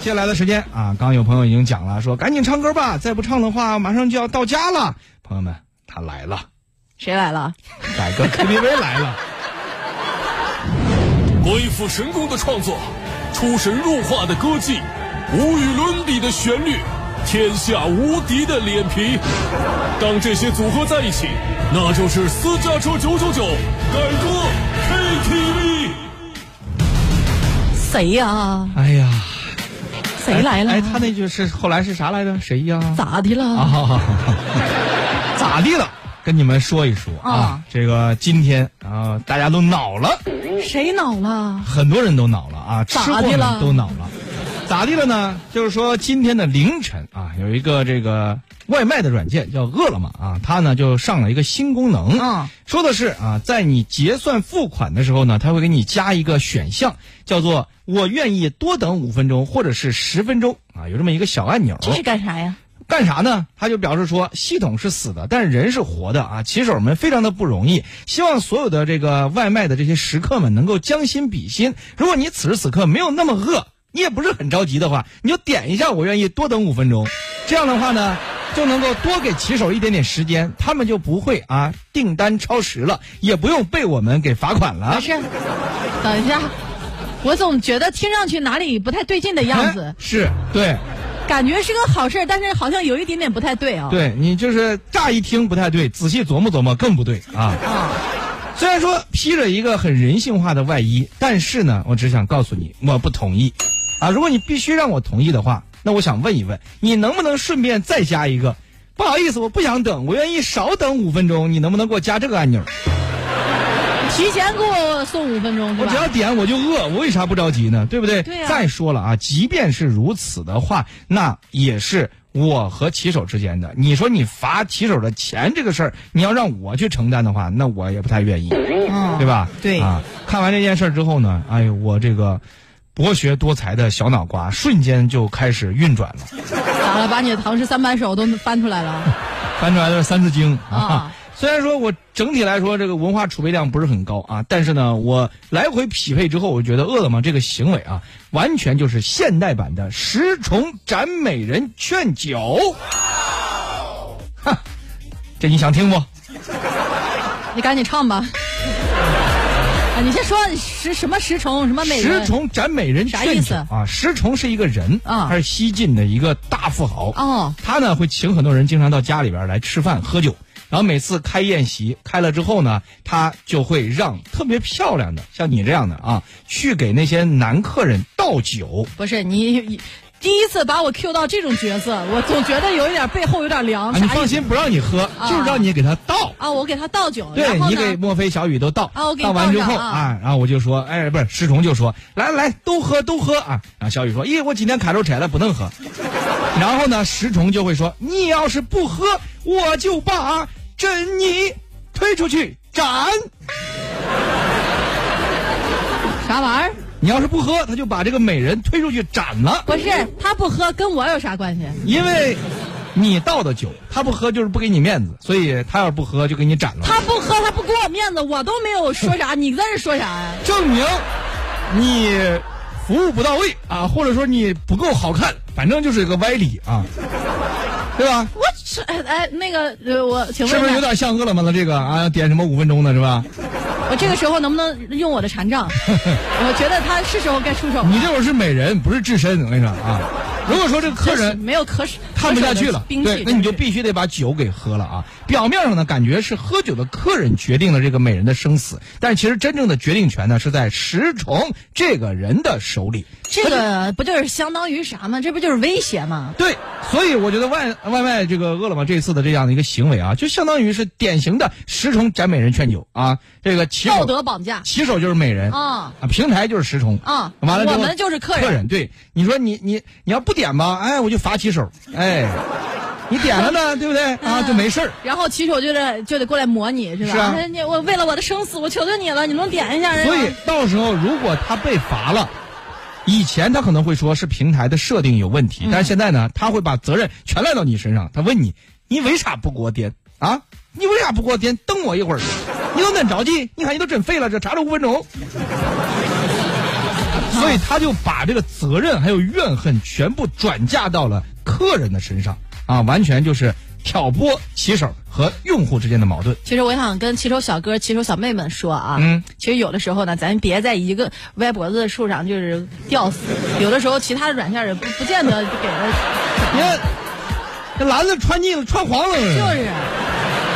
接下来的时间啊，刚有朋友已经讲了，说赶紧唱歌吧，再不唱的话，马上就要到家了。朋友们，他来了，谁来了？改 革 KTV 来了。鬼斧神工的创作，出神入化的歌技，无与伦比的旋律，天下无敌的脸皮。当这些组合在一起，那就是私家车九九九改革 KTV。谁呀、哎呀，谁来了？哎，他那句是后来是啥来着？谁呀？咋的了？啊，好好好 咋地了？跟你们说一说啊啊，这个今天啊，大家都恼了，谁恼了？很多人都恼了啊，吃货咋的们了都恼了。咋地了呢？就是说今天的凌晨啊，有一个这个外卖的软件叫饿了么啊，它呢就上了一个新功能，嗯说的是啊，在你结算付款的时候呢，它会给你加一个选项，叫做“我愿意多等五分钟”或者是十分钟啊，有这么一个小按钮。这是干啥呀？干啥呢？他就表示说，系统是死的，但是人是活的啊！骑手们非常的不容易，希望所有的这个外卖的这些食客们能够将心比心。如果你此时此刻没有那么饿，你也不是很着急的话，你就点一下，我愿意多等五分钟。这样的话呢，就能够多给骑手一点点时间，他们就不会啊订单超时了，也不用被我们给罚款了不。是，等一下，我总觉得听上去哪里不太对劲的样哎子，是对，感觉是个好事儿，但是好像有一点点不太对啊。哎对你就是乍一听不太对，仔细琢磨琢磨更不对啊。啊，虽然说披着一个很人性化的外衣，但是呢，我只想告诉你，我不同意。啊，如果你必须让我同意的话，那我想问一问，你能不能顺便再加一个？不好意思，我不想等，我愿意少等五分钟，你能不能给我加这个按钮？提前给我送五分钟是我只要吧？点我就饿，我为啥不着急呢？对不对？对啊再说了啊，即便是如此的话，那也是我和骑手之间的。你说你罚骑手的钱这个事儿，你要让我去承担的话，那我也不太愿意，嗯对吧？对啊。看完这件事儿之后呢，哎呦，我这个博学多才的小脑瓜瞬间就开始运转了。咋了？把你的唐诗三百首都翻出来了？翻出来的是《三字经》啊 啊。虽然说我整体来说这个文化储备量不是很高啊，但是呢，我来回匹配之后，我觉得饿了么这个行为啊，完全就是现代版的十重斩美人劝酒。哼，这你想听不？你赶紧唱 吧。啊，你先说十什么十重什么美人十重斩美人啥意劝酒思啊，石崇是一个人啊他是西晋的一个大富豪哦，他呢会请很多人经常到家里边来吃饭喝酒，然后每次开宴席开了之后呢，他就会让特别漂亮的像你这样的啊，去给那些男客人倒酒。不是你你第一次把我 Q 到这种角色，我总觉得有一点背后有点啊，凉。啥你意思放心，不让你喝，啊就是让你给他倒。啊，我给他倒酒，对然后你给呢？墨菲、小雨都倒，啊我给倒你完倒之上后啊啊，然后我就说，哎，不是，石崇就说，来来，都喝都喝啊，然后小雨说，咦，我今天砍着柴了，不能喝。然后呢，石崇就会说，你要是不喝，我就把珍妮推出去斩。啥玩意儿？你要是不喝，他就把这个美人推出去斩了，不是他不喝跟我有啥关系？因为你倒的酒，他不喝就是不给你面子，所以他要是不喝就给你斩了。他不喝，他不给我面子，我都没有说啥，你在这说啥呀、 证明你服务不到位啊，或者说你不够好看，反正就是一个歪理 啊，对吧？我是哎哎那个呃，我请是问不是有一下，点像饿了么了？这个啊，点什么五分钟的是吧？我这个时候能不能用我的禅杖？我觉得他是时候该出手了。你这会儿是美人，不是至深，我跟你说啊。如果说这个客真是人没有可使看不下去可手了的，兵器对，那你就必须得把酒给喝了啊。表面上呢，感觉是喝酒的客人决定了这个美人的生死，但其实真正的决定权呢是在石崇这个人的手里。这个不就是相当于啥吗？这不就是威胁吗？对，所以我觉得外外卖这个饿了么这次的这样的一个行为啊，就相当于是典型的十重斩美人劝酒啊，这个骑道手德绑架骑手就是美人啊平台就是十重啊完了之后我们就是客人客人对你说你你你要不点吧，哎我就罚骑手，哎，你点了 呢对不对啊嗯就没事儿。然后骑手就得就得过来磨你是吧？是啊哎你我为了我的生死，我求求你了，你能点一下？啊所以到时候如果他被罚了。以前他可能会说是平台的设定有问题，嗯但是现在呢，他会把责任全赖到你身上。他问你，你为啥不给我点啊？你为啥不给我点？等我一会儿，你都恁着急，你看你都真废了，这查了五分钟。所以他就把这个责任还有怨恨全部转嫁到了客人的身上啊，完全就是挑拨骑手和用户之间的矛盾。其实我想跟骑手小哥、骑手小妹们说啊，嗯其实有的时候呢，咱别在一个歪脖子的树上就是吊死，有的时候其他软件也不不见得给了，你看，这蓝的穿腻了，穿黄了。就是，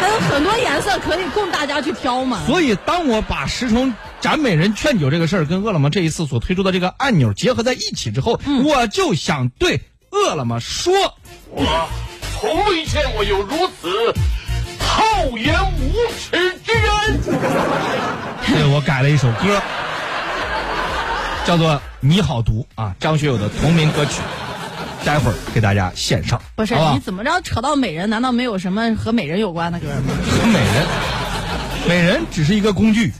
它有很多颜色可以供大家去挑嘛。所以，当我把十重斩美人劝酒这个事儿跟饿了么这一次所推出的这个按钮结合在一起之后，嗯我就想对饿了么说，我从未见过有如此厚颜无耻之人。对我改了一首歌，叫做《你好毒》啊，张学友的同名歌曲，待会儿给大家献上。不是好吧你怎么着扯到美人？难道没有什么和美人有关的歌吗？和美人，美人只是一个工具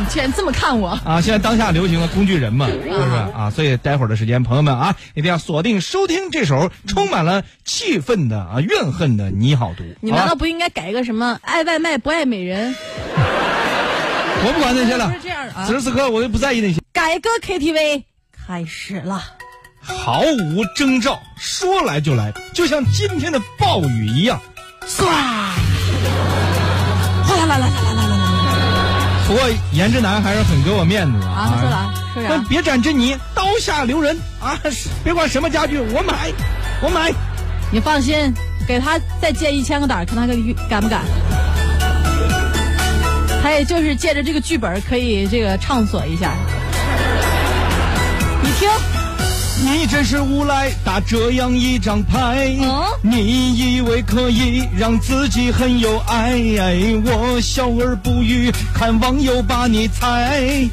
你竟然这么看我？啊，现在当下流行的工具人嘛，是不是啊？所以待会儿的时间，朋友们啊，一定要锁定收听这首充满了气愤的啊怨恨的《你好毒》。你好吧难道不应该改一个什么爱外卖不爱美人？我不管那些了，不是这样的啊此时此刻我就不在意那些，改歌 KTV 开始了。毫无征兆，说来就来，就像今天的暴雨一样。唰，哗啦啦啦啦啦啦啦啦！不过颜值男还是很给我面子的啊，他说了啊，说啥但？别斩之泥，刀下留人啊！是别管什么家具，我买，我买。你放心，给他再借一千个胆儿，看他敢不敢。他也就是借着这个剧本，可以这个畅所一下。你听，你真是无赖，打这样一张牌。嗯你以为可以让自己很有爱？我笑而不语，看网友把你踩，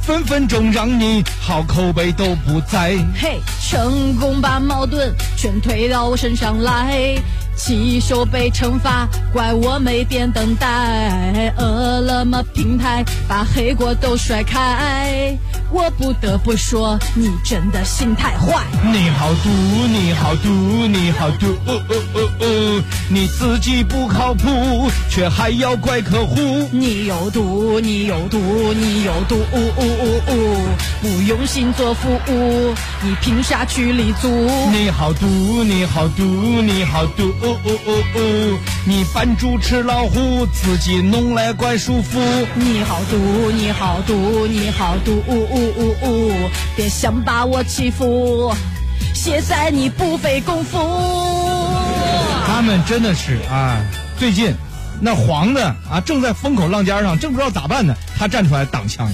分分钟让你好口碑都不在。嘿，成功把矛盾全推到我身上来，骑手被惩罚，怪我没点等待。饿了么平台把黑锅都甩开，我不得不说，你真的心太坏。你好毒，你好毒，你好毒，哦哦哦哦，你自己不靠谱，却还要怪客户。你有毒，你有毒，你有毒，呜呜呜呜，不用心做服务，你凭啥去立足？你好毒，你好毒，你好毒，哦哦哦哦，你扮猪吃老虎，自己弄来怪舒服。你好毒，你好毒，你好毒，呜呜呜呜，别想把我欺负，卸载你不费功夫。他们真的是啊，最近那黄的啊正在风口浪尖上，正不知道咋办呢，他站出来挡枪了。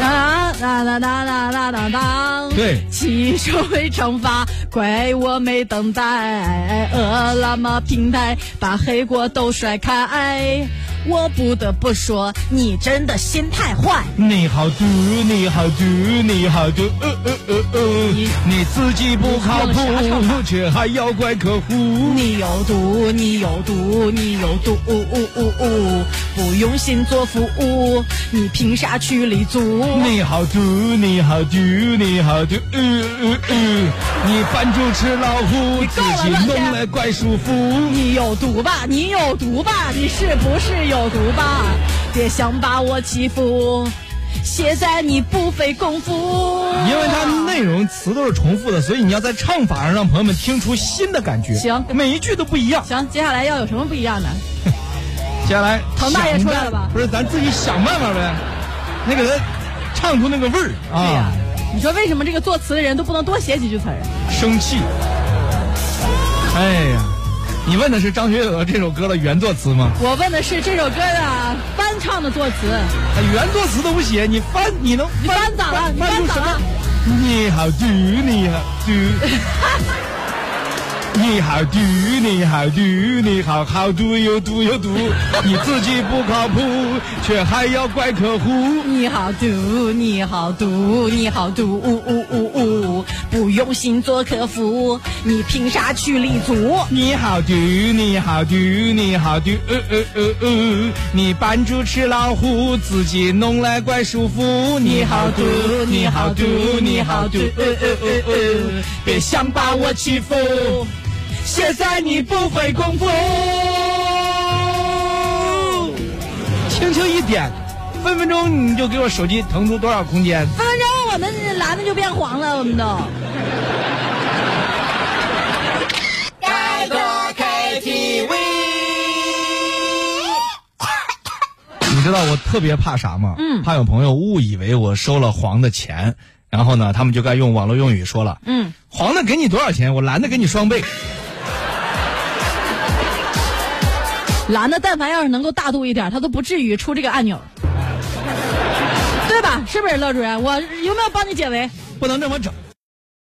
啊啦啦啦啦啦啦当！对骑手被惩罚，怪我没等待。饿了么平台把黑锅都甩开，我不得不说，你真的心太坏。你好毒，你好毒，你好毒，哦哦哦哦，你自己不靠谱你忘了啥唱，却还要怪客户。你有毒，你有毒，你有毒，呜呜呜呜！不用心做服务，你凭啥去立足？你好毒，你好毒，你好毒，呃呃呃，你扮猪吃老虎，你自够了己乱弄天来怪舒服。你嗯有毒吧？你有毒吧？你是不是有毒吧？别想把我欺负，卸载你不费功夫。因为它内容词都是重复的，所以你要在唱法上让朋友们听出新的感觉。行每一句都不一样。行，接下来要有什么不一样的？接下来，唐大爷想出来了吧办不是，咱自己想办法呗，那给他唱出那个味儿对呀、啊。你说为什么这个作词的人都不能多写几句词儿？啊生气。哎呀，你问的是张学友这首歌的原作词吗？我问的是这首歌的翻唱的作词，他原作词都不写，你翻你能啊你翻咋了？你翻出咋什了么？？你好毒，你好毒。你好毒，你好毒，你好好毒又毒又毒，你自己不靠谱，却还要怪客户。你好毒，你好毒，你好毒，呜呜呜呜！不用心做客服，你凭啥去立足？你好毒，你好毒，你好毒，呃呃呃呃，你扮猪吃老虎，自己弄来怪舒服。你好毒，你好毒，你好毒，呃呃呃呃，别想把我欺负，现在你不费功夫。轻轻一点，分分钟你就给我手机腾出多少空间？分分钟我们蓝的就变黄了，我们都。太多 KTV。你知道我特别怕啥吗？嗯，怕有朋友误以为我收了黄的钱，然后呢，他们就该用网络用语说了，嗯，黄的给你多少钱，我蓝的给你双倍。蓝的但凡要是能够大度一点，他都不至于出这个按钮，对吧？是不是，乐主任？我有没有帮你解围？不能这么整。